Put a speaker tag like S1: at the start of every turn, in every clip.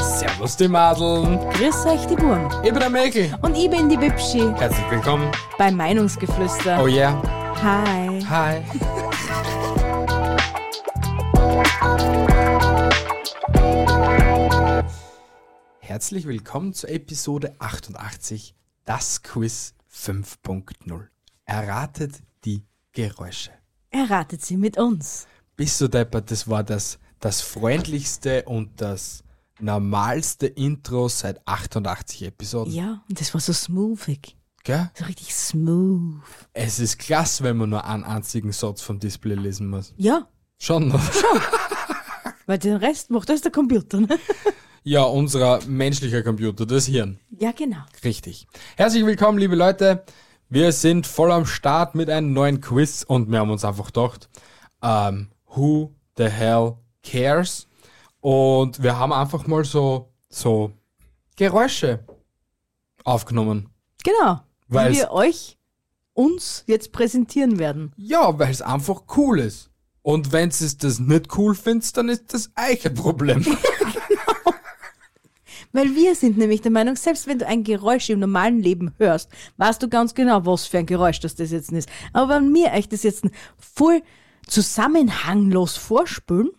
S1: Servus die Madeln,
S2: Grüß euch die Burm.
S1: ich bin der Mäkel.
S2: Und ich bin die Bibschi
S1: Herzlich willkommen.
S2: bei Meinungsgeflüster.
S1: Oh yeah,
S2: Hi.
S1: hi. Herzlich willkommen zur Episode 88, das Quiz 5.0. Erratet die Geräusche.
S2: Erratet sie mit uns.
S1: Bist du deppert, das war das, das freundlichste und das normalste Intro seit 88 Episoden.
S2: Ja, und das war so smoothig.
S1: Gell?
S2: So richtig smooth.
S1: Es ist klasse, wenn man nur einen einzigen Satz vom Display lesen muss.
S2: Ja,
S1: Schon noch.
S2: weil den Rest macht alles der Computer. Ne?
S1: Ja, unser menschlicher Computer, das Hirn.
S2: Ja, genau.
S1: Richtig. Herzlich willkommen, liebe Leute. Wir sind voll am Start mit einem neuen Quiz und wir haben uns einfach gedacht, ähm, who the hell cares? Und wir haben einfach mal so, so Geräusche aufgenommen.
S2: Genau.
S1: Weil's-
S2: Weil wir euch uns jetzt präsentieren werden.
S1: Ja, weil es einfach cool ist. Und wenn es das nicht cool findet, dann ist das euch ein Problem.
S2: Weil wir sind nämlich der Meinung, selbst wenn du ein Geräusch im normalen Leben hörst, weißt du ganz genau, was für ein Geräusch das, das jetzt ist. Aber wenn mir euch das jetzt voll zusammenhanglos vorspülen,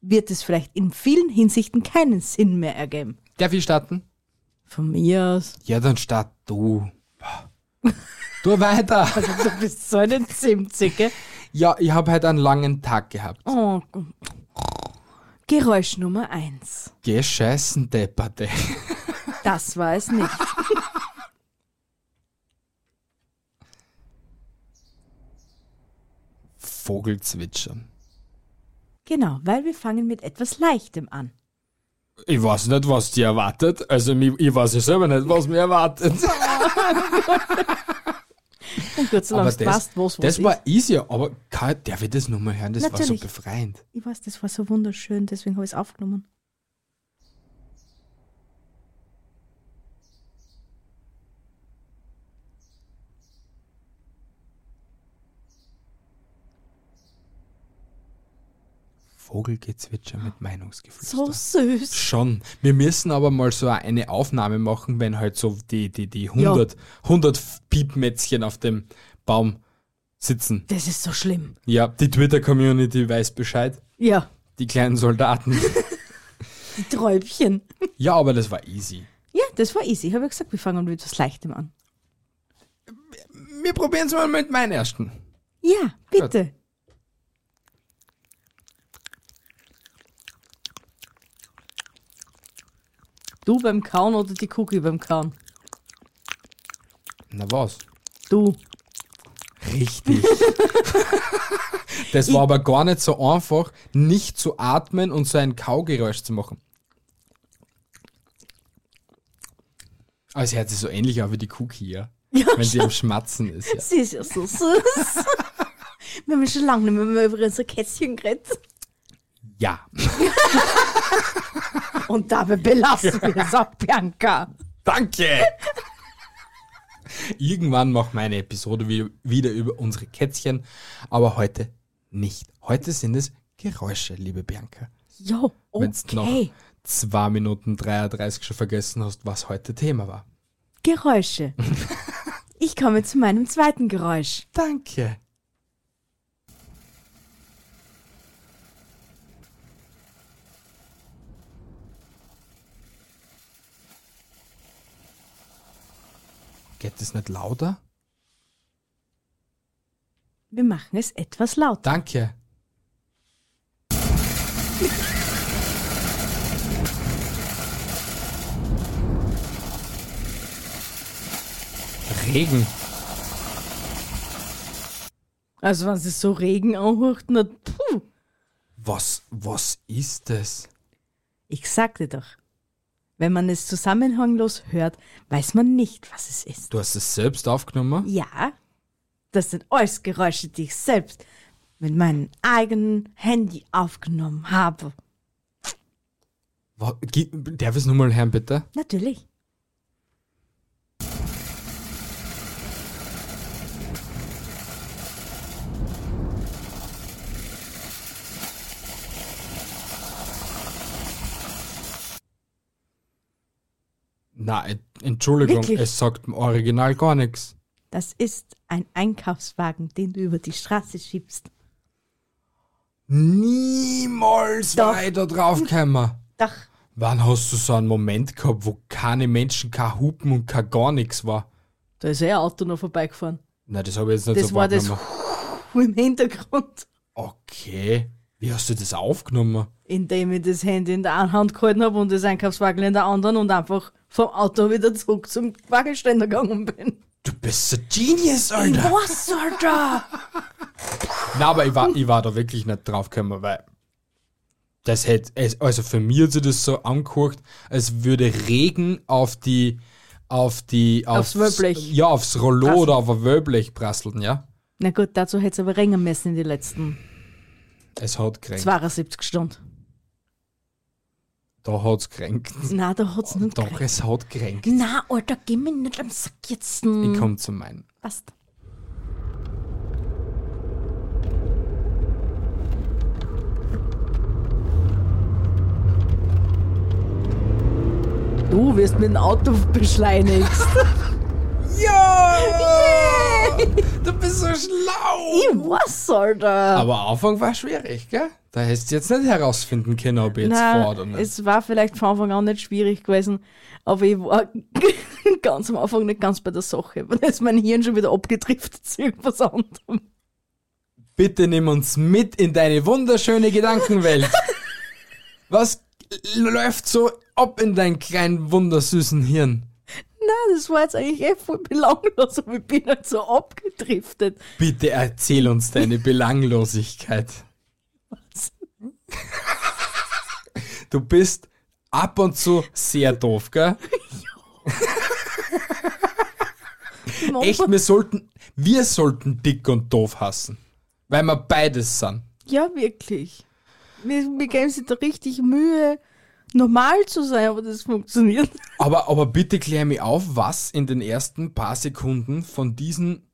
S2: wird es vielleicht in vielen Hinsichten keinen Sinn mehr ergeben.
S1: Darf ich starten?
S2: Von mir aus.
S1: Ja, dann start du. Du weiter.
S2: Also, Du bist so eine Zimtzicke.
S1: Ja, ich habe heute einen langen Tag gehabt.
S2: Oh. Geräusch Nummer eins.
S1: Gescheißen Depperte.
S2: Das war es nicht.
S1: Vogelzwitschern.
S2: Genau, weil wir fangen mit etwas Leichtem an.
S1: Ich weiß nicht, was die erwartet. Also mi- ich weiß ja selber nicht, was mir erwartet.
S2: Und Gott sei Dank, passt, was, was
S1: das
S2: ist.
S1: war easy, aber kann, darf ich das nochmal hören? Das war
S2: Natürlich.
S1: so befreiend.
S2: Ich weiß, das war so wunderschön, deswegen habe ich es aufgenommen.
S1: Vogelgezwitscher mit Meinungsgeflüster.
S2: So süß.
S1: Schon. Wir müssen aber mal so eine Aufnahme machen, wenn halt so die, die, die 100, 100 Piepmätzchen auf dem Baum sitzen.
S2: Das ist so schlimm.
S1: Ja, die Twitter-Community weiß Bescheid.
S2: Ja,
S1: Die kleinen Soldaten.
S2: die Träubchen.
S1: ja, aber das war easy.
S2: Ja, das war easy. Ich habe ja gesagt, wir fangen mit etwas Leichtem an.
S1: Wir probieren es mal mit meinem ersten.
S2: Ja, bitte. Du beim Kauen oder die Cookie beim Kauen?
S1: Na was?
S2: Du.
S1: Richtig. das war aber gar nicht so einfach, nicht zu atmen und so ein Kaugeräusch zu machen. Aber es hört sich so ähnlich an wie die Cookie, ja?
S2: Ja,
S1: Wenn sie am Schmatzen ist, ja.
S2: sie ist ja so süß. wir haben schon lange nicht mehr über unser Kätzchen geredet.
S1: Ja,
S2: Und dabei belassen wir es auch, Bianca.
S1: danke! Irgendwann machen wir eine Episode wie- wieder über unsere Kätzchen, aber heute nicht. Heute sind es Geräusche, liebe Bianca.
S2: Jo,
S1: Wenn's
S2: okay.
S1: noch zwei Minuten 33 schon vergessen hast, was heute Thema war.
S2: Geräusche. Ich komme zu meinem zweiten Geräusch.
S1: Danke. Geht es nicht lauter?
S2: Wir machen es etwas lauter.
S1: Danke. Regen.
S2: Also wenn es so Regen anhört, na puh.
S1: Was, was ist das?
S2: Ich sagte doch, wenn man es zusammenhanglos hört, weiß man nicht, was es ist.
S1: Du hast es selbst aufgenommen?
S2: Ja, das sind alles Geräusche, die ich selbst mit meinem eigenen Handy aufgenommen habe.
S1: Wa- gi- Darf ich es nochmal hören, bitte?
S2: Natürlich.
S1: Na, Entschuldigung,
S2: Wirklich?
S1: es sagt im Original gar nichts.
S2: Das ist ein Einkaufswagen, den du über die Straße schiebst.
S1: Niemals
S2: Doch.
S1: war ich da drauf gekommen.
S2: Doch,
S1: Wann hast du so einen Moment gehabt, wo keine Menschen, kein Hupen und kein gar nichts war?
S2: da ist eh ein Auto noch vorbeigefahren.
S1: Nein, das habe ich jetzt nicht
S2: Das
S1: so
S2: war das
S1: wahrgenommen.
S2: im Hintergrund,
S1: Okay. Wie hast du das aufgenommen?
S2: indem ich das Handy in der einen Hand gehalten habe und das Einkaufswagen in der anderen und einfach vom Auto wieder zurück zum Wagenständer gegangen bin.
S1: Du bist ein Genius, Alter!
S2: Was, Alter?
S1: Nein, aber ich war, ich war da wirklich nicht drauf gekommen, weil das hätte, es- also für mich hat sich das so angekocht, als würde Regen auf die, auf die,
S2: Aufs Wellblech.
S1: Ja, aufs Rollo
S2: Prasseln.
S1: oder auf ein Wellblech prasseln, ja.
S2: Na gut, dazu hätte es aber länger müssen in die letzten
S1: Es hat kränkt.
S2: 72 Stunden.
S1: Da hat's kränkt.
S2: Na, da hat's nicht
S1: Doch, es hat kränkt.
S2: Na, Alter, geh mir nicht am Sack jetzt.
S1: Ich komme zu meinen.
S2: Passt. Du wirst mit dem Auto beschleunigt.
S1: Ja! Du bist so schlau!
S2: Was, Alter?
S1: Aber Anfang war schwierig, gell? Da hättest du jetzt nicht herausfinden können, ob ich jetzt
S2: Nein,
S1: fahre oder nicht.
S2: es war vielleicht von Anfang an nicht schwierig gewesen, aber ich war ganz am Anfang nicht ganz bei der Sache. Weil da ist mein Hirn schon wieder abgedriftet zu irgendwas anderem.
S1: Bitte nimm uns mit in deine wunderschöne Gedankenwelt. Was l- läuft so ab in deinem kleinen, wundersüßen Hirn?
S2: Nein, das war jetzt eigentlich echt voll belanglos, aber ich bin halt so abgedriftet.
S1: Bitte erzähl uns deine Belanglosigkeit. Du bist ab und zu sehr doof, gell?
S2: Mama,
S1: Echt, wir sollten, wir sollten dick und doof hassen. Weil wir beides sind.
S2: Ja, wirklich. Mir, mir geben sie da richtig Mühe, normal zu sein, aber das funktioniert.
S1: Aber, aber bitte klär mich auf, was in den ersten paar Sekunden von diesen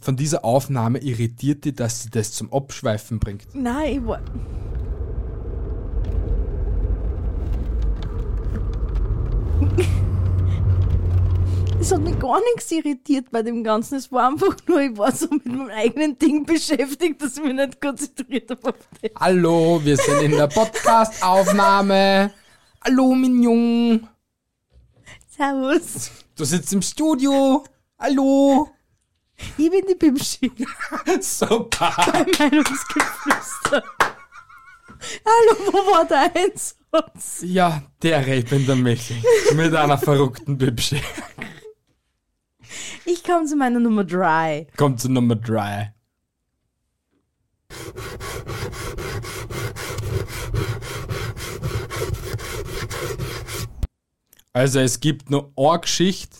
S1: von dieser Aufnahme irritiert dich, dass sie das zum Abschweifen bringt.
S2: Nein, ich war. Es hat mich gar nichts irritiert bei dem Ganzen. Es war einfach nur, ich war so mit meinem eigenen Ding beschäftigt, dass ich mich nicht konzentriert habe auf das.
S1: Hallo, wir sind in der Podcast-Aufnahme. Hallo, Mignon.
S2: Servus.
S1: Du sitzt im Studio. Hallo.
S2: Ich bin die Bimschi.
S1: Super.
S2: Meinungsgeflüster. Hallo, wo war der Einsatz?
S1: Ja, der Rape in der Michel. Mit einer verrückten Bibsche.
S2: Ich komme zu meiner Nummer 3.
S1: Kommt zu Nummer 3. Also es gibt nur eine Geschichte,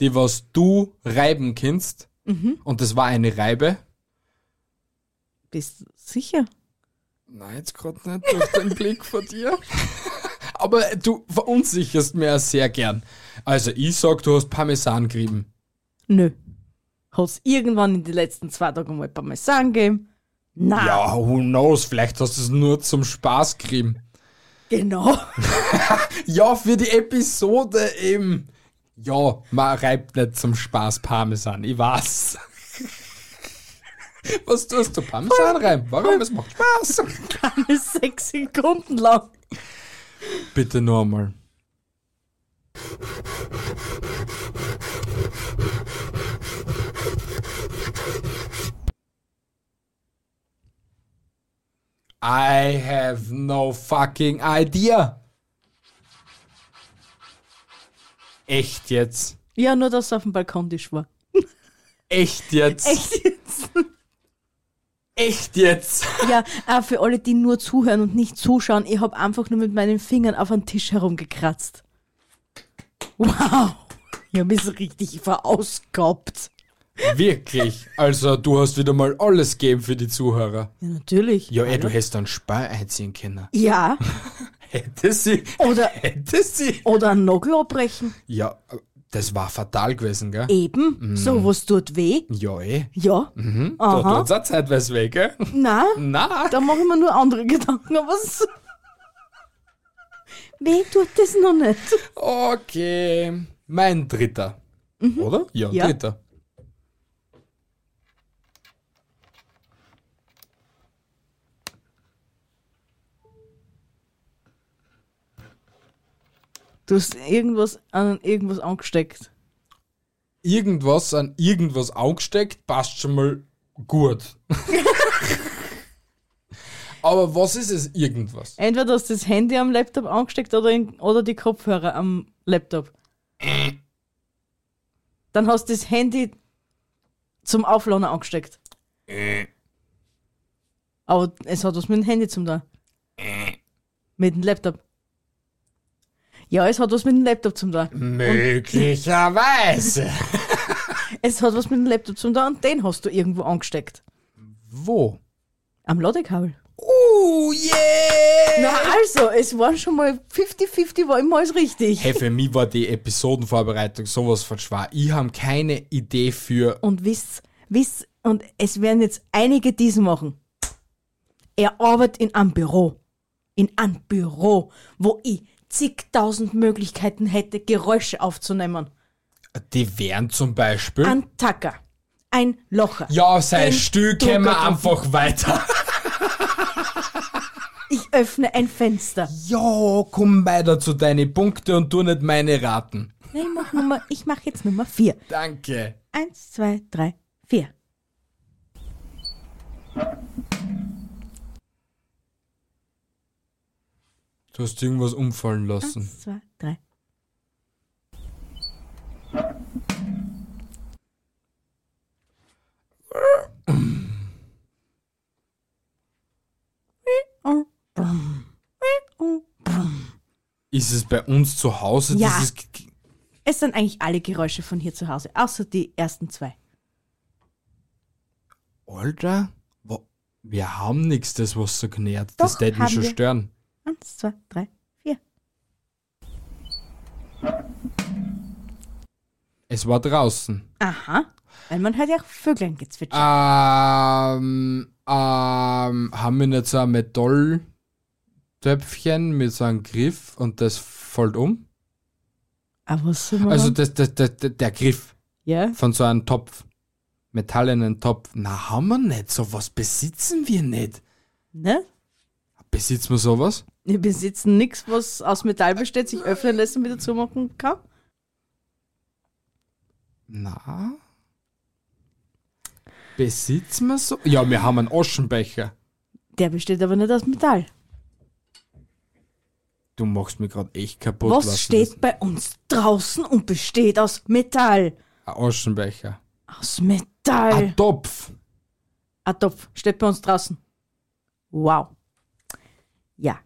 S1: die was du reiben kannst. Und das war eine Reibe.
S2: Bist du sicher?
S1: Nein, jetzt gerade nicht durch den Blick von dir. Aber du verunsicherst mir sehr gern. Also ich sag, du hast Parmesan gerieben.
S2: Nö. Hat's irgendwann in den letzten zwei Tagen mal Parmesan gegeben? Na,
S1: Ja, who knows, vielleicht hast du es nur zum Spaß gerieben.
S2: genau.
S1: Ja, für die Episode eben. Ja, man reibt nicht zum Spaß Parmesan, ich weiß. Was tust du? Parmesan reiben? Warum? Es macht Spaß.
S2: Alles sechs Sekunden lang.
S1: Bitte nur einmal. I have no fucking idea. Echt jetzt?
S2: Ja, nur dass es auf dem Balkon tisch war.
S1: Echt jetzt?
S2: Echt jetzt?
S1: Echt jetzt?
S2: Ja, auch für alle, die nur zuhören und nicht zuschauen, ich habe einfach nur mit meinen Fingern auf einen Tisch herumgekratzt. Wow! Ich habe mich so richtig verausgabt.
S1: Wirklich? Also, du hast wieder mal alles gegeben für die Zuhörer.
S2: Ja, natürlich.
S1: Ja, ey, du hättest einen Spar einziehen können.
S2: Ja,
S1: Hätte sie.
S2: oder,
S1: Hätte sie.
S2: oder einen Nagel abbrechen.
S1: Ja, das war fatal gewesen, gell?
S2: Eben. Sowas tut weh.
S1: Ja, eh.
S2: Ja.
S1: Da
S2: Aha.
S1: tut's auch zeitweise weh, gell?
S2: Na,
S1: Na,
S2: da mache ich mir nur andere Gedanken. Aber so. Weh tut das noch nicht.
S1: Okay. Mein dritter. Oder? Ja,
S2: Mhm. Ja.
S1: dritter.
S2: Du hast irgendwas an irgendwas angesteckt.
S1: Irgendwas an irgendwas angesteckt, passt schon mal gut. Aber was ist es irgendwas?
S2: Entweder hast du das Handy am Laptop angesteckt oder, in, oder die Kopfhörer am Laptop. Dann hast du das Handy zum Aufladen angesteckt. Aber es hat was mit dem Handy zum tun. Mit dem Laptop. Ja, es hat was mit dem Laptop zum tun.
S1: Möglicherweise.
S2: Es hat was mit dem Laptop zum tun und den hast du irgendwo angesteckt.
S1: Wo?
S2: Am Ladekabel.
S1: Uh, yeah!
S2: Na also, es war schon mal 50-50, war immer alles richtig.
S1: Hey, für mich war die Episodenvorbereitung sowas von schwer. Ich habe keine Idee für.
S2: Und wisst, wisst, und es werden jetzt einige diesen machen. Er arbeitet in einem Büro. In einem Büro, wo ich zigtausend Möglichkeiten hätte, Geräusche aufzunehmen.
S1: Die wären zum Beispiel.
S2: Ein Tacker. Ein Locher.
S1: ja, sei
S2: Den
S1: still, können wir
S2: Drucker-
S1: einfach weiter.
S2: Ich öffne ein Fenster.
S1: Ja, komm weiter zu deinen Punkten und tu nicht meine Raten.
S2: Nein, mach Nummer, ich mache jetzt Nummer vier.
S1: Danke.
S2: Eins, zwei, drei, vier.
S1: Du hast irgendwas umfallen lassen.
S2: Eins, zwei, drei.
S1: Ist es bei uns zu Hause
S2: Ja.
S1: dieses. K-
S2: Es sind eigentlich alle Geräusche von hier zu Hause, außer die ersten zwei.
S1: Alter? Wo- Wir haben nichts, das was so genährt. Das
S2: Doch,
S1: tät mich
S2: haben
S1: schon
S2: wir.
S1: stören.
S2: Eins, zwei, drei, vier.
S1: Es war draußen.
S2: Aha. Weil man hört ja auch Vögeln gezwitschern.
S1: Ähm, ähm, haben wir nicht so ein Metalltöpfchen mit so einem Griff und das fällt um?
S2: Aber so man
S1: Also das, das, das, das, der Griff
S2: ja.
S1: von so einem Topf. Metallenen Topf. Na, haben wir nicht. Sowas besitzen wir nicht.
S2: Ne?
S1: Besitzen wir sowas?
S2: Wir besitzen nichts, was aus Metall besteht, sich öffnen lässt und wieder zumachen kann.
S1: Na. Besitzen wir so? Ja, wir haben einen Aschenbecher.
S2: Der besteht aber nicht aus Metall.
S1: Du machst mir gerade echt kaputt. lass
S2: was steht
S1: Das.
S2: bei uns draußen und besteht aus Metall?
S1: Ein Aschenbecher.
S2: Aus
S1: Ein
S2: Metall.
S1: Topf.
S2: Ein Topf steht bei uns draußen. Wow. Ja.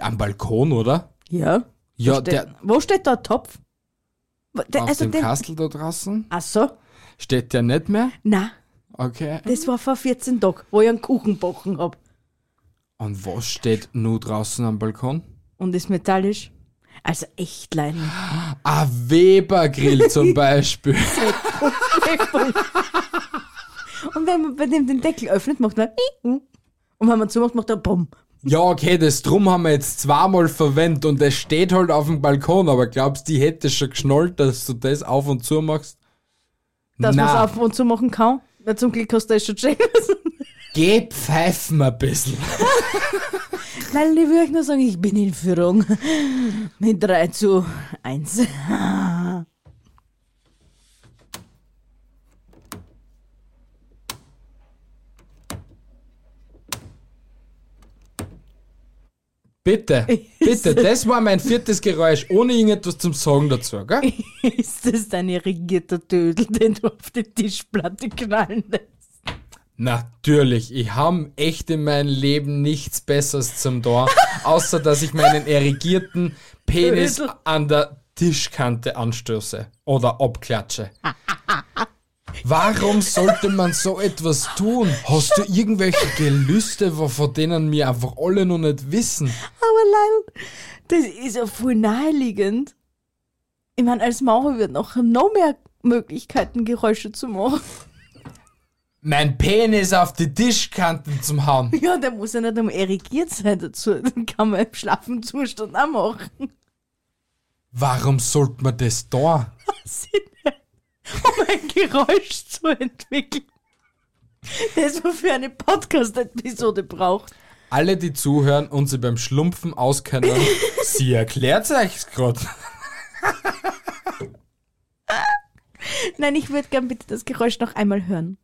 S1: Am Balkon, oder?
S2: Ja.
S1: Ja,
S2: Steht-
S1: der,
S2: wo steht da ein Topf? Wo- Der,
S1: Auf dem
S2: den-
S1: Kastel da draußen?
S2: Ach so.
S1: Steht der nicht mehr?
S2: Nein,
S1: Okay.
S2: das war vor 14 Tagen, wo ich einen Kuchen backen habe.
S1: Und was steht nur draußen am Balkon?
S2: Und ist metallisch. Also echt leiden.
S1: Ein Webergrill zum Beispiel.
S2: Und wenn man bei dem den Deckel öffnet, macht man und wenn man zumacht, macht er Bumm.
S1: ja, okay, das Drum haben wir jetzt zweimal verwendet und es steht halt auf dem Balkon, aber glaubst die hätte schon geschnallt, dass du das auf und zu machst?
S2: Dass man es
S1: Na,
S2: auf und zu machen kann. Na, zum Glück hast du das schon gecheckt.
S1: geh pfeifen ein bisschen.
S2: Nein, ich will euch nur sagen, ich bin in Führung. Mit 3 zu 1.
S1: Bitte, bitte, das war mein viertes Geräusch, ohne irgendetwas zum Sagen dazu, gell?
S2: Ist das dein irrigierter Dödel, den du auf die Tischplatte knallen lässt?
S1: Natürlich, ich habe echt in meinem Leben nichts Besseres zum Tor, außer dass ich meinen erigierten Penis
S2: Dödel.
S1: an der Tischkante anstöße oder abklatsche. Warum sollte man so etwas tun? Hast du irgendwelche Gelüste, wo- von denen wir einfach alle noch nicht wissen?
S2: Aber Leil, das ist ja voll naheliegend. Ich meine, als Maurer wird noch noch mehr Möglichkeiten, Geräusche zu machen.
S1: mein Penis auf die Tischkanten zum Hauen.
S2: Ja, der muss ja nicht um erigiert sein dazu. Den kann man im schlaffen Zustand auch machen.
S1: Warum sollte man das da?
S2: Weiß ich nicht. Um ein Geräusch zu entwickeln. Das man für eine Podcast-Episode braucht.
S1: Alle, die zuhören und sie beim Schlumpfen auskennen, sie erklärt euch gerade.
S2: Nein, ich würde gern bitte das Geräusch noch einmal hören.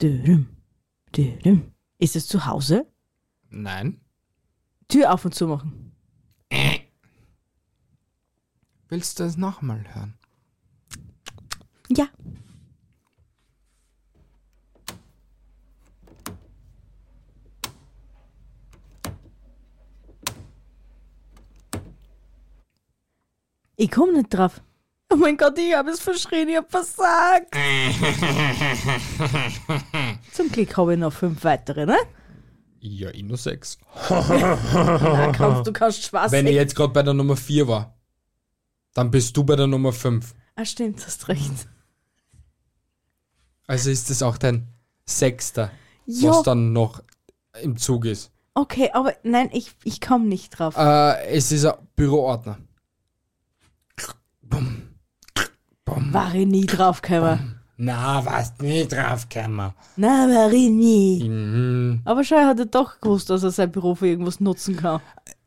S2: Dürüm, dürüm. Ist es zu Hause?
S1: Nein.
S2: Tür auf und zu machen.
S1: Willst du es nochmal hören?
S2: Ja. Ich komme nicht drauf. Oh mein Gott, ich habe es verschrien, ich habe versagt. Zum Glück habe ich noch fünf weitere, ne?
S1: Ja, ich nur sechs.
S2: Na, kannst, du kannst Spaß
S1: Wenn ich jetzt gerade bei der Nummer 4 war, dann bist du bei der Nummer 5.
S2: Ah, stimmt, hast recht.
S1: Also ist das auch dein sechster,
S2: Ja.
S1: was dann noch im Zug ist.
S2: Okay, aber nein, ich, ich komme nicht drauf.
S1: Äh, es ist ein Büroordner. Bumm. Bumm.
S2: War ich nie draufgekommen.
S1: Na, was nicht drauf kann man.
S2: Na, war ich nie.
S1: Mhm.
S2: Aber Schei hat er doch gewusst, dass er sein Büro für irgendwas nutzen kann.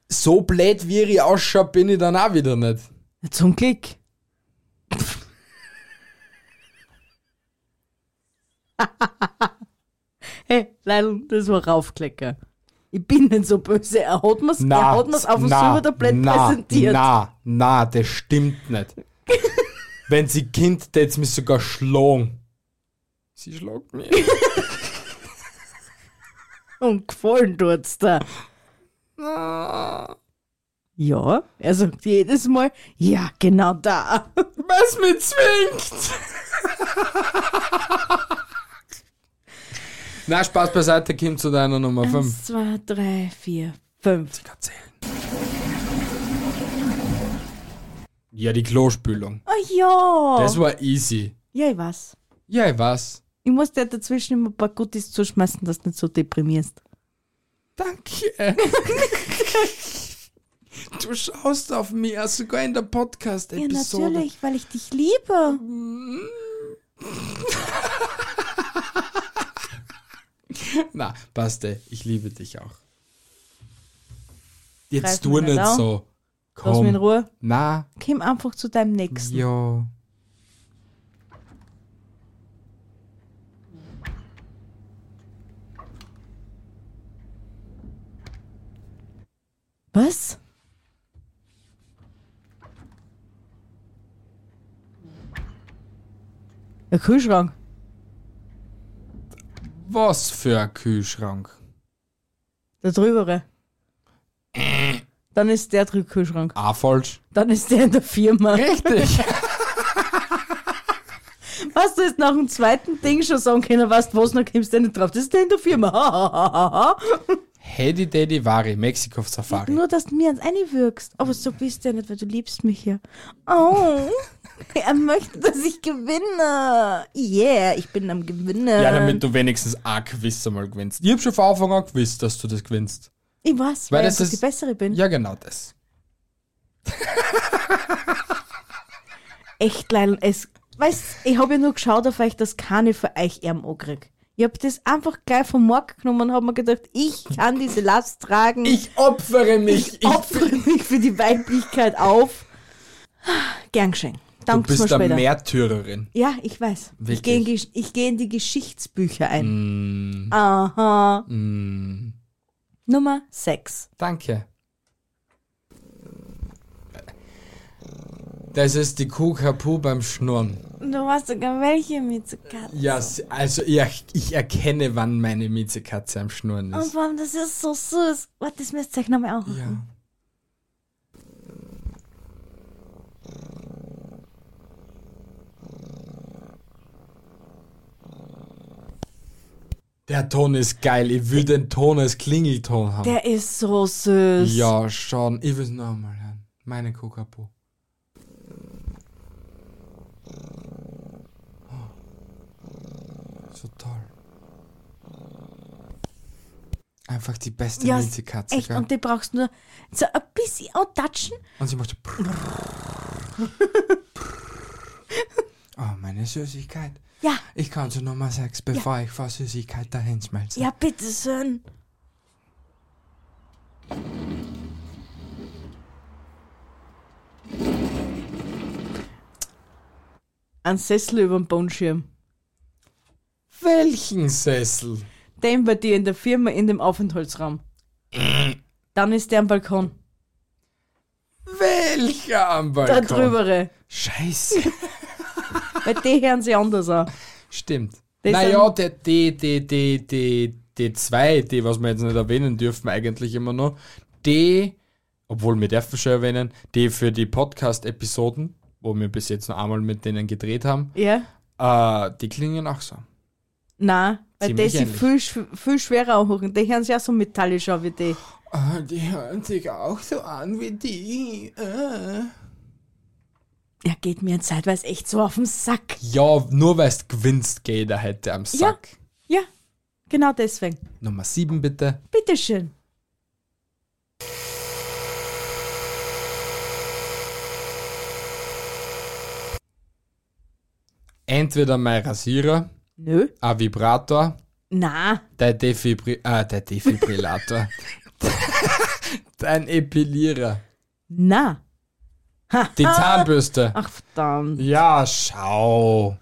S1: So blöd wie ich ausschaue, bin ich dann auch wieder nicht.
S2: Na, Zum Glück. hey, Leil, das war Raufklecker. Ich bin nicht so böse. Er hat mir's, er hat mir's auf dem
S1: na,
S2: Silbertablett
S1: na,
S2: präsentiert.
S1: Na, na, das stimmt nicht. Wenn sie Kind, tät's mich sogar schlagen. Sie schlagt mich.
S2: Und gefallen tut's da. Ja, er sagt jedes Mal, ja, genau da.
S1: Was mich zwingt. Na, Spaß beiseite, Kim, zu deiner Nummer 5.
S2: Eins, zwei, drei, vier, fünf.
S1: Ja, die Klospülung.
S2: Oh ja.
S1: Das war easy.
S2: ja, ich weiß.
S1: Ja, ich weiß.
S2: Ich muss dir dazwischen immer ein paar Gutes zuschmeißen, dass du nicht so deprimierst.
S1: Danke. du schaust auf mich, auch sogar in der
S2: Ja,
S1: Podcast-Episode.
S2: natürlich, weil ich dich liebe.
S1: Na, passt, ey. ich liebe dich auch.
S2: Greif
S1: Jetzt tu
S2: mich nicht
S1: nicht
S2: an.
S1: so. Komm.
S2: Lass mich in Ruhe.
S1: Na,
S2: Komm einfach zu deinem Nächsten.
S1: ja.
S2: Was? Der Kühlschrank.
S1: Was für ein Kühlschrank.
S2: Der drübere. Dann ist der drüben Kühlschrank.
S1: Ah, falsch.
S2: Dann ist der in der Firma.
S1: Richtig.
S2: Was du jetzt nach dem zweiten Ding schon sagen können, weißt du was, dann kommst du nicht drauf. Das ist der in der Firma. Ha, ha, ha, ha, ha.
S1: Hedy Daddy Wari, Mexiko auf Safari.
S2: Nur, dass du mir ans einwirkst. Aber so bist du ja nicht, weil du liebst mich ja. Oh, er möchte, dass ich gewinne. Yeah, ich bin am Gewinner.
S1: Ja, damit du wenigstens ein Quiz einmal gewinnst. Ich hab schon von Anfang an gewusst, dass du das gewinnst.
S2: Ich weiß,
S1: Weil
S2: weil,
S1: das
S2: ich einfach
S1: ist-
S2: die Bessere bin.
S1: Ja, genau das.
S2: Echt, Leil, es... Weißt, ich habe ja nur geschaut auf euch, dass keine für euch Erm ankriegt. Ich habe das einfach gleich vom Markt genommen und habe mir gedacht, ich kann diese Last tragen.
S1: Ich opfere mich.
S2: ich opfere mich für die Weiblichkeit auf. Gern geschehen.
S1: du
S2: Danke mal
S1: bist eine
S2: später.
S1: Märtyrerin.
S2: Ja, ich weiß.
S1: Wirklich? Mm.
S2: Ich gehe in, Gesch- ich geh in die Geschichtsbücher ein. Aha. Nummer 6.
S1: Danke. Das ist die Kukapu beim Schnurren.
S2: Du hast sogar welche mitgekartet.
S1: Ja, s- also ich, ich erkenne, wann meine Miezekatze am Schnurren
S2: Und
S1: ist.
S2: vor allem, Oh, das ist so süß. Warte, das müsst ihr euch nochmal auch machen.
S1: Ja. Der Ton ist geil. Ich will den Ton als Klingelton haben.
S2: Der ist so süß.
S1: ja, schon. Ich will es nochmal hören. Meine Kokapo. So toll. Einfach die beste
S2: Ja,
S1: Minzikatze,
S2: echt.
S1: gell?
S2: Und die brauchst nur so ein bisschen antatschen.
S1: Und sie macht so. oh, meine Süßigkeit.
S2: Ja,
S1: Ich kann so nochmal sechs, bevor ich vor Süßigkeit dahin schmelze.
S2: ja, bitteschön. Ein Sessel über dem Bodenschirm.
S1: Welchen Sessel?
S2: Den bei dir in der Firma in dem Aufenthaltsraum. Dann ist der am Balkon.
S1: Welcher am
S2: Da
S1: Balkon?
S2: drübere.
S1: Scheiße.
S2: Weil die hören sie anders an.
S1: Stimmt.
S2: Das
S1: naja, die, die, die, die, die, die zwei, die, was wir jetzt nicht erwähnen dürfen, eigentlich immer noch, die, obwohl wir dürfen schon erwähnen, die für die Podcast-Episoden, wo wir bis jetzt noch einmal mit denen gedreht haben,
S2: Ja?
S1: äh, die klingen auch so.
S2: Nein, weil die
S1: Ziemlich
S2: sind
S1: ähnlich.
S2: viel, sch- viel schwerer anhören. Die hören sich auch so metallisch an wie die.
S1: Ah, die hören sich auch so an wie die. äh.
S2: Ja, geht mir zeitweise echt so auf den Sack.
S1: Ja, nur weil es gewinnst, geht er hätte am Sack.
S2: Ja, genau deswegen.
S1: Nummer 7 bitte.
S2: Bitteschön.
S1: Entweder mein Rasierer,
S2: Nö.
S1: ein Vibrator,
S2: Na,
S1: dein Defibri ah, dein Defibrillator, dein Epilierer,
S2: na.
S1: die
S2: Ah.
S1: Zahnbürste.
S2: Ach verdammt.
S1: Ja, schau.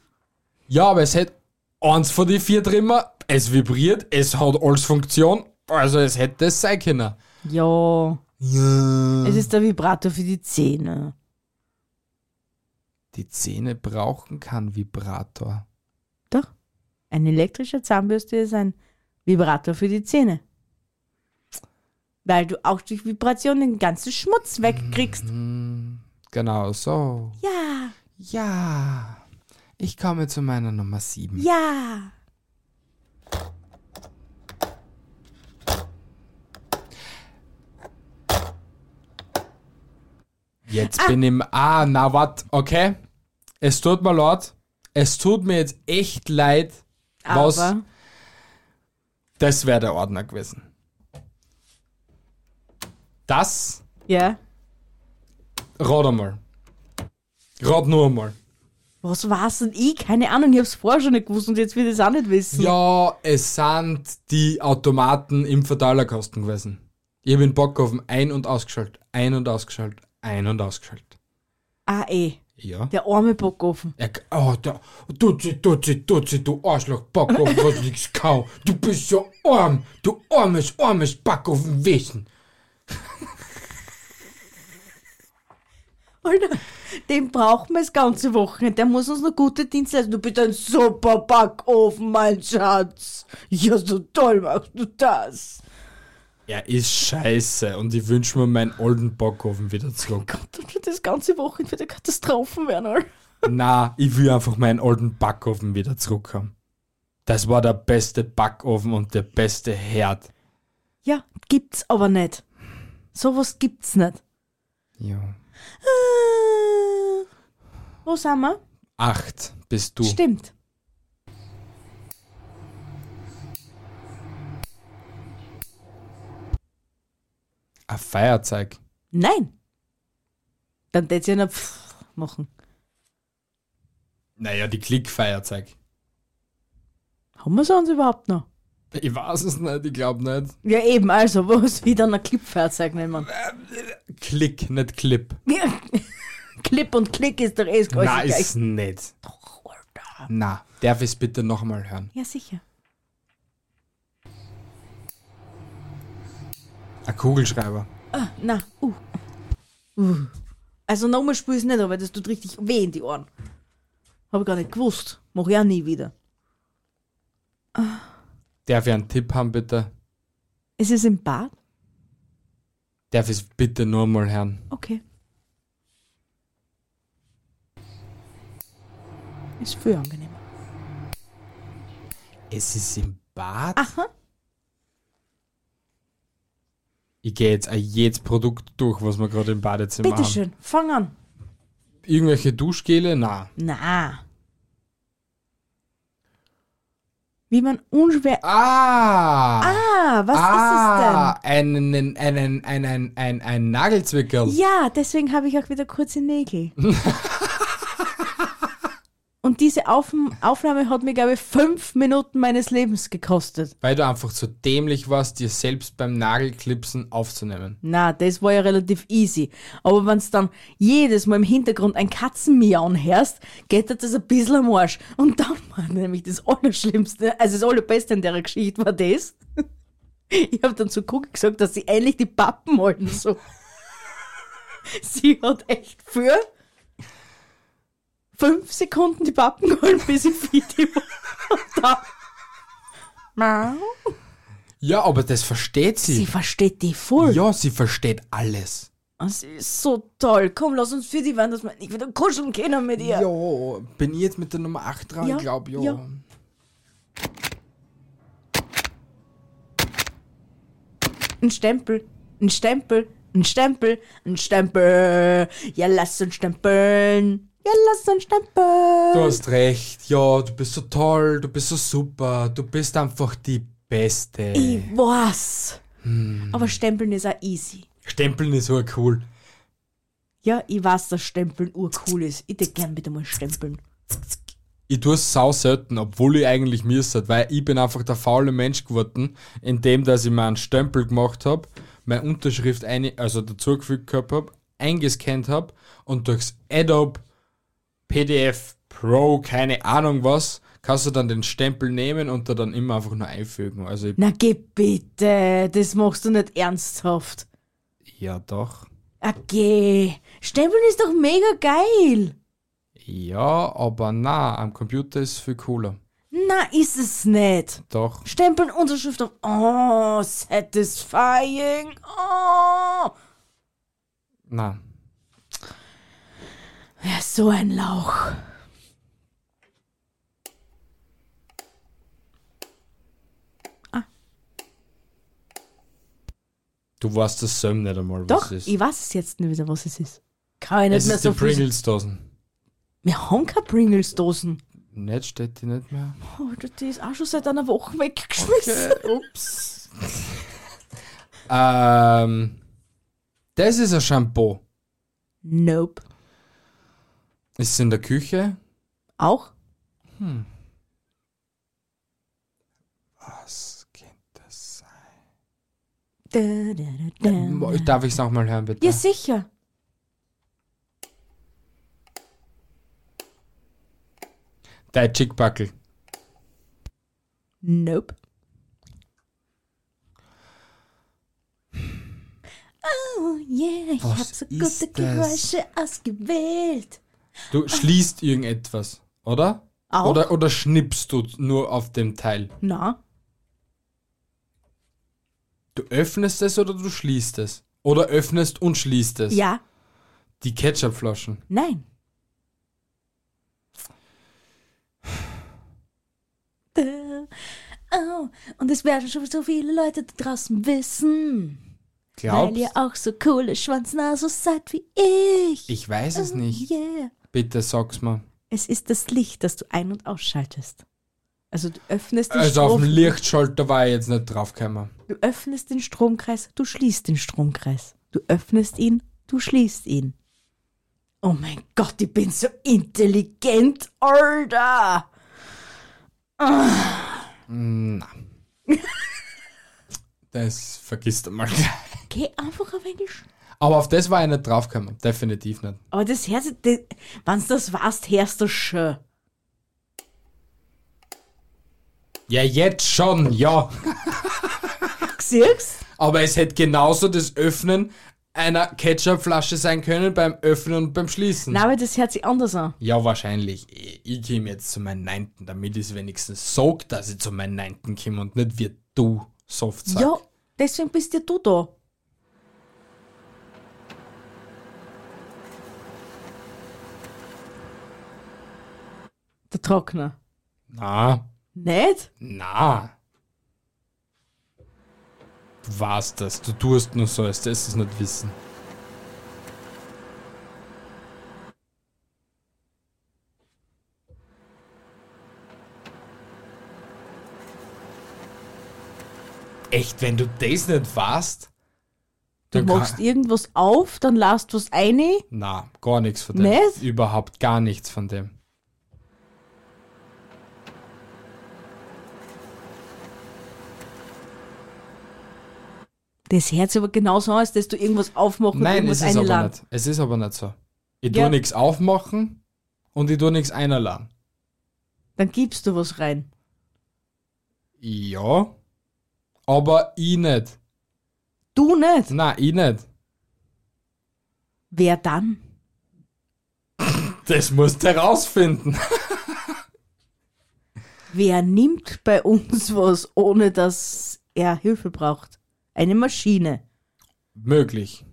S1: Ja, aber es hätte eins von die vier drin, es vibriert, es hat alles Funktion, also es hätte es sein können.
S2: Ja.
S1: Ja.
S2: Es ist der Vibrator für die Zähne.
S1: die Zähne brauchen keinen Vibrator.
S2: Doch. Ein elektrischer Zahnbürste ist ein Vibrator für die Zähne. Weil du auch durch Vibration den ganzen Schmutz wegkriegst.
S1: Genau so.
S2: Ja,
S1: Ja. Ich komme zu meiner Nummer 7.
S2: ja.
S1: Jetzt bin ich im. Ah, na wat, okay. Es tut mir leid. Es tut mir jetzt echt leid.
S2: Aber
S1: Was? Das wäre der Ordner gewesen. Das.
S2: ja.
S1: Rat einmal. Rat nur einmal.
S2: Was war's denn ich? Keine Ahnung, ich hab's vorher schon nicht gewusst und jetzt will ich es auch nicht wissen.
S1: Ja, es sind die Automaten im Verteilerkasten gewesen. Ich bin Bock auf dem Ein- und Ausgeschaltet, Ein- und Ausgeschaltet, Ein- und Ausgeschaltet.
S2: Ah, eh.
S1: Ja.
S2: Der arme Backofen.
S1: Er, oh, der, Duzi, Duzi, Duzi, du Arschloch, Backofen, was nix kau. Du bist so arm, du armes, armes Backofenwesen.
S2: Alter, den brauchen wir das ganze Wochenende. Der muss uns noch gute Dienste leisten. Du bist ein super Backofen, mein Schatz. Ja, so toll machst du das.
S1: Er ist scheiße und ich wünsche mir meinen alten Backofen wieder zurück.
S2: Gott, das wird das ganze Wochenende wieder Katastrophen werden, Alter.
S1: Na, ich will einfach meinen alten Backofen wieder zurückhaben. Das war der beste Backofen und der beste Herd.
S2: Ja, gibt's aber nicht. Sowas gibt's nicht.
S1: Ja.
S2: Äh, Wo sind wir?
S1: Acht bist du.
S2: Stimmt.
S1: Ein Feuerzeug.
S2: Nein. Dann tät sie einen Pfff machen.
S1: Naja, die Klick-Feuerzeug.
S2: Haben wir sonst überhaupt noch?
S1: Ich weiß es nicht, ich glaube nicht.
S2: Ja, eben, also, was wieder ein Clipfahrzeug nehmen.
S1: Klick, nicht Clip.
S2: Ja. Clip und Klick ist doch eh das Gleiche.
S1: Na, ist nicht.
S2: Alter.
S1: Na, darf ich es bitte nochmal hören?
S2: Ja, sicher.
S1: Ein Kugelschreiber.
S2: Ah, na, uh. uh. Also nochmal spür ich es nicht, aber das tut richtig weh in die Ohren. Habe ich gar nicht gewusst. Mach ich auch nie wieder.
S1: Darf ich einen Tipp haben, bitte?
S2: Es ist im Bad?
S1: Darf ich es bitte nur mal hören?
S2: Okay. Ist viel angenehmer.
S1: Es ist im privat.
S2: Ah.
S1: Ich gehe jetzt auch jedes Produkt durch, was wir gerade im Badezimmer haben.
S2: Bitteschön, fang an.
S1: Irgendwelche Duschgele? Na.
S2: Na. Wie man unschwer.
S1: Ah!
S2: Ah, was ist es denn?
S1: Einen, einen, einen, ein, ein Nagelzwickerl.
S2: Ja, deswegen habe ich auch wieder kurze Nägel. Und diese Auf Aufnahme hat mir, glaube ich, fünf Minuten meines Lebens gekostet.
S1: Weil du einfach zu dämlich warst, dir selbst beim Nagelklipsen aufzunehmen.
S2: Na, das war ja relativ easy. Aber wenn dann jedes Mal im Hintergrund ein Katzenmiauen hörst, geht dir das ein bisschen am Arsch. Und dann war nämlich das Allerschlimmste, also das Allerbeste in der Geschichte war das. Ich habe dann zu Cookie gesagt, dass sie endlich die Pappen halten soll. Sie hat echt für fünf Sekunden die Pappen geholt, bis ich Fiti war. Und dann... Miau.
S1: Ja, aber das versteht
S2: Sie
S1: sie.
S2: versteht die voll.
S1: ja, sie versteht alles.
S2: Das ist so toll. Komm, lass uns für die Wand, dass wir nicht wieder kuscheln können mit ihr.
S1: Jo, bin ich jetzt mit der Nummer 8 dran?
S2: Ja,
S1: glaub, jo.
S2: ja. Ein Stempel, ein Stempel, ein Stempel, ein Stempel. Ja, lass uns stempeln. Ja, lass uns stempeln.
S1: Du hast recht. Ja, du bist so toll, du bist so super, du bist einfach die Beste.
S2: Ich weiß.
S1: Hm.
S2: Aber Stempeln ist auch easy.
S1: Stempeln ist so cool.
S2: Ja, ich weiß, dass Stempeln urcool ist. Ich würde gern wieder mal stempeln.
S1: Ich tue es sau selten, obwohl ich eigentlich müsste, weil ich bin einfach der faule Mensch geworden, indem dass ich mir einen Stempel gemacht habe, meine Unterschrift eine, also dazugefügt gehabt habe, eingescannt habe und durchs Adobe PDF Pro, keine Ahnung was, kannst du dann den Stempel nehmen und da dann immer einfach nur einfügen. Also ich,
S2: Na, geh bitte. Das machst du nicht ernsthaft.
S1: ja doch.
S2: Ah, geh. Stempeln ist doch mega geil.
S1: Ja, aber na, am Computer ist viel cooler.
S2: Na, ist es nicht.
S1: Doch.
S2: Stempeln, Unterschrift auf. Oh, satisfying. Oh.
S1: Na.
S2: Ja, so ein Lauch.
S1: Du weißt das selber nicht einmal, was
S2: Doch,
S1: es ist.
S2: ich weiß es jetzt nicht wieder, was es ist. Kann ich nicht
S1: es
S2: mehr
S1: ist
S2: so
S1: die
S2: viel.
S1: Pringles-Dosen.
S2: Wir haben keine Pringles-Dosen.
S1: Nicht, steht die nicht mehr.
S2: Oh, die ist auch schon seit einer Woche weggeschmissen.
S1: ups. ähm, das ist ein Shampoo.
S2: Nope.
S1: Ist in der Küche.
S2: Auch?
S1: Was könnte das sein?
S2: Da, da, da, da.
S1: Darf ich es nochmal hören, bitte?
S2: Ja, sicher.
S1: Der Chickbuckel.
S2: Nope. Oh yeah, ich
S1: Was
S2: hab so
S1: ist
S2: gute
S1: das?
S2: Geräusche ausgewählt.
S1: Du schließt irgendetwas, oder?
S2: Auch?
S1: Oder, oder schnippst du nur auf dem Teil?
S2: Na,
S1: Du öffnest es oder du schließt es? Oder öffnest und schließt es?
S2: ja,
S1: Die Ketchupflaschen.
S2: nein. Da. Oh, und es werden schon so viele Leute da draußen wissen, weil
S1: Glaubst?
S2: ihr auch so coole Schwanznasen seid wie ich.
S1: Ich weiß es nicht.
S2: Oh, yeah.
S1: Bitte sag's mal.
S2: Es ist das Licht, das du ein- und ausschaltest. Also du öffnest den,
S1: Also auf
S2: Strom,
S1: dem Lichtschalter war ich jetzt nicht draufgekommen.
S2: du öffnest den Stromkreis, du schließt den Stromkreis. Du öffnest ihn, du schließt ihn. Oh mein Gott, ich bin so intelligent, Alter!
S1: Das vergisst du mal.
S2: Geh einfach auf Englisch.
S1: Aber auf das war ich nicht draufgekommen. Definitiv nicht.
S2: Aber das Herz, wenn du das warst, hörst du schon.
S1: Ja, jetzt schon, ja.
S2: Siehst
S1: Aber es hätte genauso das Öffnen einer Ketchupflasche sein können beim Öffnen und beim Schließen.
S2: Nein, aber das hört sich anders an.
S1: Ja, wahrscheinlich. Ich, ich komme jetzt zu meinem Neinten, damit ich es wenigstens sag, dass ich zu meinem Neinten komme und nicht wie du soft sagst.
S2: Ja, deswegen bist ja du da. Der Trockner.
S1: Na,
S2: Nicht?
S1: na. Du warst das. Du tust nur so, als das es nicht wissen. Echt, wenn du das nicht warst?
S2: Du
S1: dann kann-
S2: machst irgendwas auf, dann lasst was ein.
S1: Na, gar nichts von dem.
S2: Nicht?
S1: Überhaupt gar nichts von dem.
S2: Das hört sich aber genauso an, als dass du irgendwas aufmachen und
S1: Nein, es
S2: irgendwas
S1: ist aber
S2: einladen.
S1: nicht. Es ist aber nicht so. Ich
S2: Ja.
S1: tu nichts aufmachen und ich tu nichts einladen.
S2: Dann gibst du was rein.
S1: Ja. Aber ich nicht.
S2: Du nicht.
S1: Nein, ich nicht.
S2: Wer dann?
S1: Das musst du herausfinden.
S2: Wer nimmt bei uns was, ohne dass er Hilfe braucht? Eine Maschine.
S1: Möglich.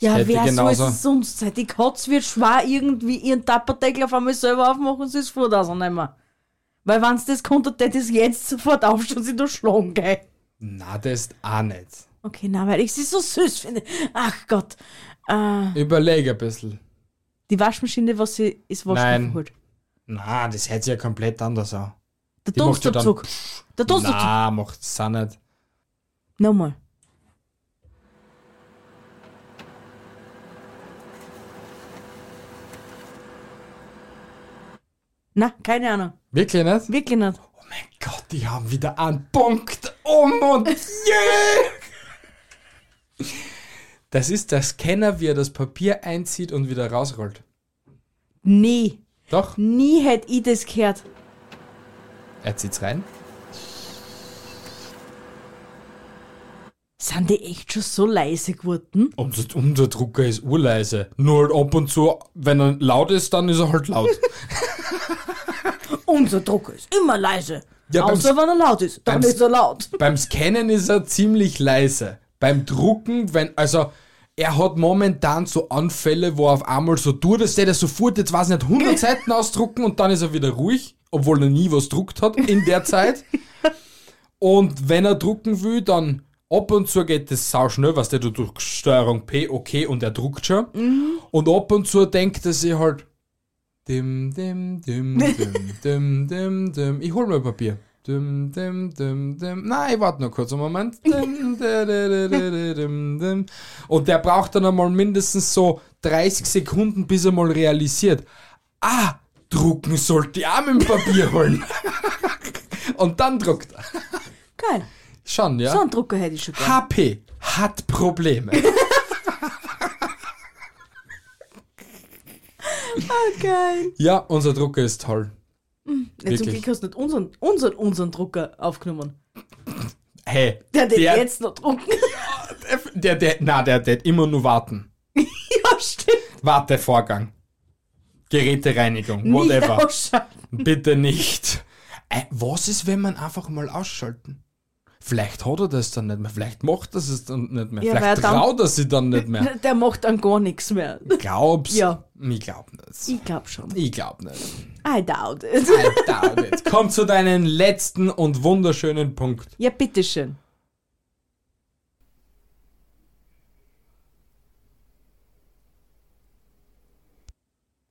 S2: Ja,
S1: hätte
S2: wer
S1: genauso-
S2: soll es sonst sein? Die Katz wird schwer irgendwie ihren Tapperdeckel auf einmal selber aufmachen und sie ist froh, dass er nicht mehr. Weil wenn das konnte, hätte es jetzt sofort aufstehen und sie durchschlagen, gell?
S1: Na, das auch nicht.
S2: Okay, na, weil ich sie so süß finde. Ach Gott. Äh,
S1: Überleg ein bisschen.
S2: die Waschmaschine, was sie ist,
S1: Nein.
S2: Waschmaschine holt.
S1: Na, das hört sich ja komplett anders an.
S2: Der
S1: Die macht ja dann-
S2: Dunstabzug. Der Dunstabzug.
S1: Na, macht's auch nicht.
S2: Nochmal. Na, keine Ahnung.
S1: Wirklich nicht?
S2: Wirklich nicht.
S1: Oh mein Gott, die haben wieder einen Punkt um und je! Das ist der Scanner, wie er das Papier einzieht und wieder rausrollt.
S2: Nie.
S1: Doch,
S2: Nie hätte ich das gehört.
S1: er zieht's rein.
S2: Sind die echt schon so leise geworden?
S1: Unser, unser Drucker ist urleise. Nur ab und zu, wenn er laut ist, dann ist er halt laut.
S2: Unser Drucker ist immer leise.
S1: Ja, beim
S2: Außer
S1: S-
S2: wenn er laut ist. Dann
S1: beim
S2: ist er laut.
S1: Beim Scannen ist er ziemlich leise. Beim Drucken, wenn, also, er hat momentan so Anfälle, wo er auf einmal so tut, dass der sofort, jetzt weiß ich nicht, 100 Seiten ausdrucken und dann ist er wieder ruhig, obwohl er nie was druckt hat in der Zeit. Und wenn er drucken will, dann ab und zu geht das sau schnell, was der du drückst Steuerung P, okay, und er druckt schon. Und ab und zu denkt er sich halt, dim, dim, dim, dim, dim, dim, dim, ich hol mir Papier. Dim, dim, dim, dim. Nein, ich warte noch kurz einen Moment. Dim, da, da, da, da, da, dim, dim. Und der braucht dann einmal mindestens so 30 Sekunden, bis er mal realisiert, ah, drucken sollte ich auch mit dem Papier holen. Und dann druckt er.
S2: Geil.
S1: Schon, ja?
S2: So einen Drucker hätte ich schon gern.
S1: HP hat Probleme.
S2: Ah, geil.
S1: ja, unser Drucker ist toll.
S2: Ja, zum
S1: Wirklich.
S2: Glück hast du nicht unseren, unseren, unseren Drucker aufgenommen.
S1: Hey,
S2: Der, den
S1: der,
S2: jetzt noch drucken.
S1: der, der, na, der, der immer nur warten.
S2: ja, stimmt.
S1: Wartevorgang. Gerätereinigung,
S2: Nicht
S1: whatever.
S2: ausschalten.
S1: Bitte nicht. Äh, was ist, wenn man einfach mal ausschalten? Vielleicht hat er das dann nicht mehr, vielleicht macht er es dann nicht mehr,
S2: Ja, weil er
S1: vielleicht
S2: dann-
S1: traut er sich dann nicht mehr.
S2: Der macht dann gar nichts mehr.
S1: Glaubst
S2: Ja.
S1: Ich glaub nicht.
S2: Ich glaub schon.
S1: Ich glaub nicht.
S2: I doubt it.
S1: I doubt it. Komm zu deinem letzten und wunderschönen Punkt.
S2: Ja, bitteschön.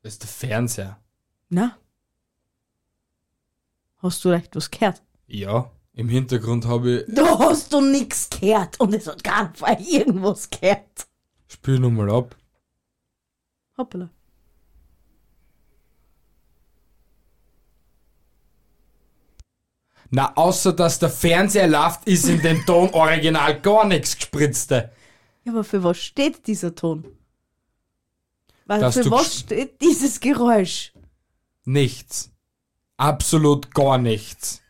S1: Das ist der Fernseher.
S2: Na? Hast du echt was gehört?
S1: Ja, im Hintergrund habe ich.
S2: Da hast du nichts gehört und es hat gar nicht irgendwas gehört.
S1: Spiel nochmal ab.
S2: Hoppala.
S1: Na, außer dass der Fernseher läuft, ist in dem Ton original gar nichts gespritzte.
S2: Ja, aber für was steht dieser Ton? Weil
S1: Dass
S2: für
S1: du
S2: was
S1: gesch-
S2: steht dieses Geräusch?
S1: Nichts. Absolut gar nichts.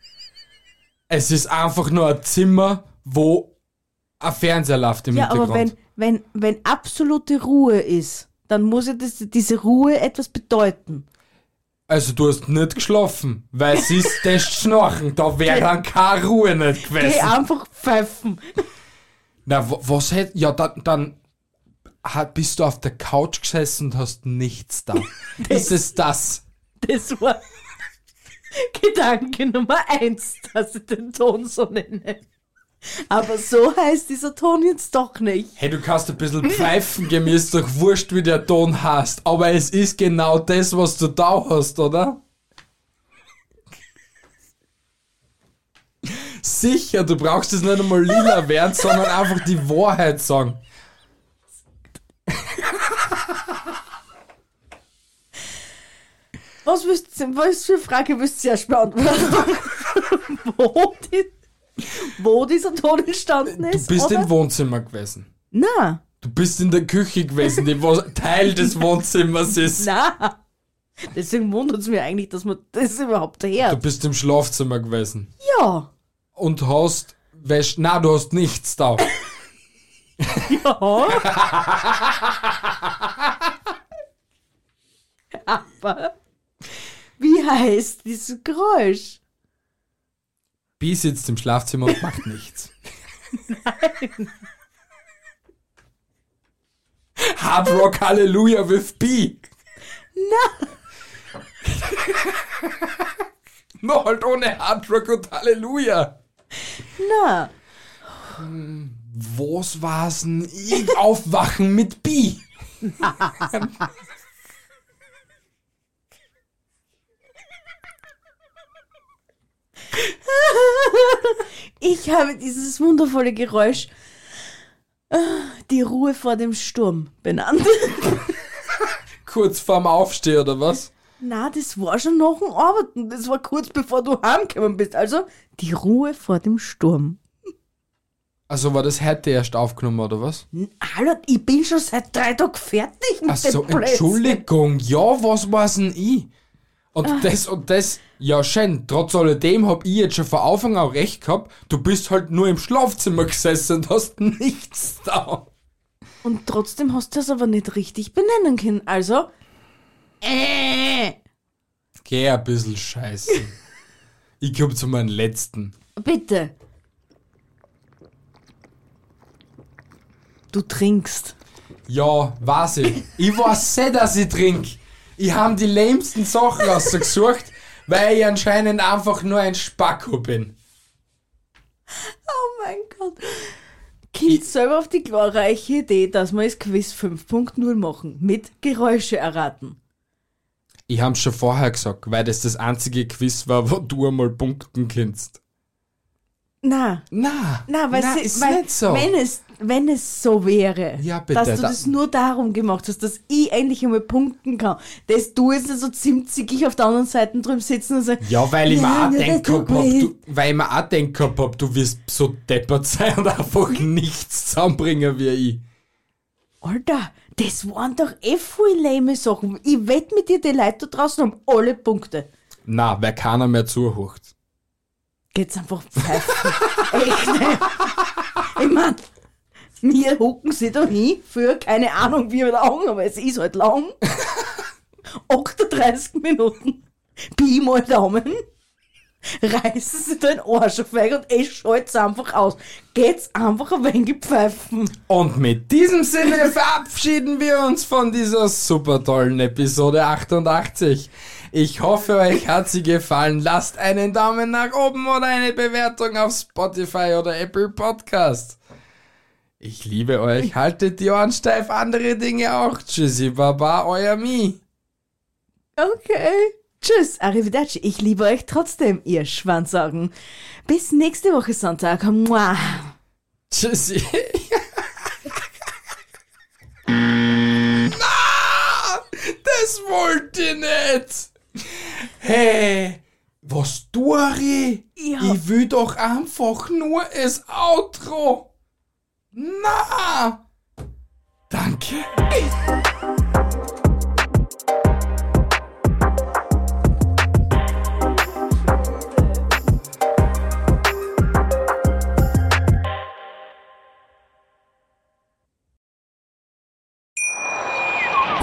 S1: Es ist einfach nur ein Zimmer, wo ein Fernseher läuft im
S2: Ja, aber
S1: Hintergrund.
S2: wenn, wenn, wenn absolute Ruhe ist, dann muss ja das, diese Ruhe etwas bedeuten.
S1: also du hast nicht geschlafen, weil es ist das Schnorchen, da wäre dann keine Ruhe nicht
S2: Geh
S1: gewesen.
S2: einfach pfeifen.
S1: Na, wa- was hätt, ja, dann, dann hat, bist du auf der Couch gesessen und hast nichts da. ist es das?
S2: Das war Gedanke Nummer eins, dass ich den Ton so nenne. Aber so heißt dieser Ton jetzt doch nicht.
S1: Hey, du kannst ein bisschen pfeifen gehen, mir ist doch wurscht, wie der Ton hast. Aber es ist genau das, was du da hast, oder? Sicher, du brauchst es nicht einmal lila werden, sondern einfach die Wahrheit sagen.
S2: Was, willst, du- was für eine Frage willst du erst beantworten? wo, die, wo dieser Ton entstanden
S1: Du
S2: ist?
S1: bist
S2: oder?
S1: im Wohnzimmer gewesen.
S2: Na,
S1: Du bist in der Küche gewesen, die wo- Teil des Wohnzimmers ist.
S2: na. Deswegen wundert es mir eigentlich, dass man das überhaupt
S1: Du
S2: daher.
S1: bist im Schlafzimmer gewesen.
S2: Ja,
S1: Und hast Wäsch. Na, du hast nichts da.
S2: ja. Aber wie heißt dieses Geräusch?
S1: B sitzt im Schlafzimmer und macht nichts. Hard Rock Hallelujah with B. Na. no, halt ohne Hard Rock und Hallelujah.
S2: Na,
S1: Was war's denn? Ich aufwachen mit B.
S2: ich habe dieses wundervolle Geräusch äh, die Ruhe vor dem Sturm benannt.
S1: Kurz vorm Aufstehen oder was?
S2: Na, das war schon nach dem Arbeiten. Das war kurz bevor du heimgekommen bist. Also die Ruhe vor dem Sturm.
S1: Also war das heute erst aufgenommen oder was?
S2: N- Hallo, ich bin schon seit drei Tagen fertig mit
S1: Achso,
S2: dem Blödsinn.
S1: Entschuldigung, ja, was war's denn ich? Und das und das, ja schön, trotz alledem hab ich jetzt schon von Anfang an recht gehabt, du bist halt nur im Schlafzimmer gesessen und hast nichts da.
S2: Und trotzdem hast du das aber nicht richtig benennen können. Also. Äh,
S1: Geh ein bisschen scheiße. Ich komm zu meinem letzten.
S2: bitte. Du trinkst.
S1: Ja, weiß ich. Ich weiß sehr, dass ich trink. Ich hab die lähmsten Sachen rausgesucht, weil ich anscheinend einfach nur ein Spacko bin.
S2: Oh mein Gott. Kind selber auf die glorreiche Idee, dass wir das Quiz 5.0 machen. Mit Geräusche erraten.
S1: Ich hab's schon vorher gesagt, weil das das einzige Quiz war, wo du einmal punkten kannst.
S2: Na,
S1: Na,
S2: na, weil,
S1: na
S2: sie,
S1: ist
S2: weil
S1: nicht so.
S2: wenn, es, wenn es so wäre,
S1: Ja, bitte,
S2: dass du
S1: da-
S2: das nur darum gemacht hast, dass ich endlich einmal punkten kann, dass du jetzt nicht so zimtzig auf der anderen Seite drüben sitzen und sagst,
S1: ja, weil ich mir
S2: Ja,
S1: auch
S2: ja,
S1: denkt
S2: das
S1: hab,
S2: tut mir
S1: du, weil ich mir auch denkt hab, hab, du wirst so deppert sein und einfach nichts zusammenbringen wie ich.
S2: Alter, das waren doch eh voll lame Sachen. Ich wette mit dir, die Leute da draußen haben alle Punkte.
S1: Na, weil keiner mehr zuhört.
S2: Geht's einfach pfeifen. Echt, ey. Ich mein, wir hucken sie da hin für keine Ahnung wie lang, aber es ist halt lang. 38 Minuten. Pi mal Daumen. Reißen sie den Arsch auf weg und es schalt's einfach aus. Geht's einfach ein wenig pfeifen.
S1: Und mit diesem Sinne verabschieden wir uns von dieser super tollen Episode 88. Ich hoffe, euch hat sie gefallen. Lasst einen Daumen nach oben oder eine Bewertung auf Spotify oder Apple Podcast. Ich liebe euch. Haltet die Ohren steif. Andere Dinge auch. Tschüssi, Baba, euer Mi.
S2: Okay. Tschüss, Arrivederci. Ich liebe euch trotzdem, ihr Schwanzaugen. Bis nächste Woche Sonntag. Mua.
S1: Tschüssi. Na, das wollte ich nicht. Hey, was tue ich?
S2: Ja.
S1: Ich will doch einfach nur es Outro. Na, danke.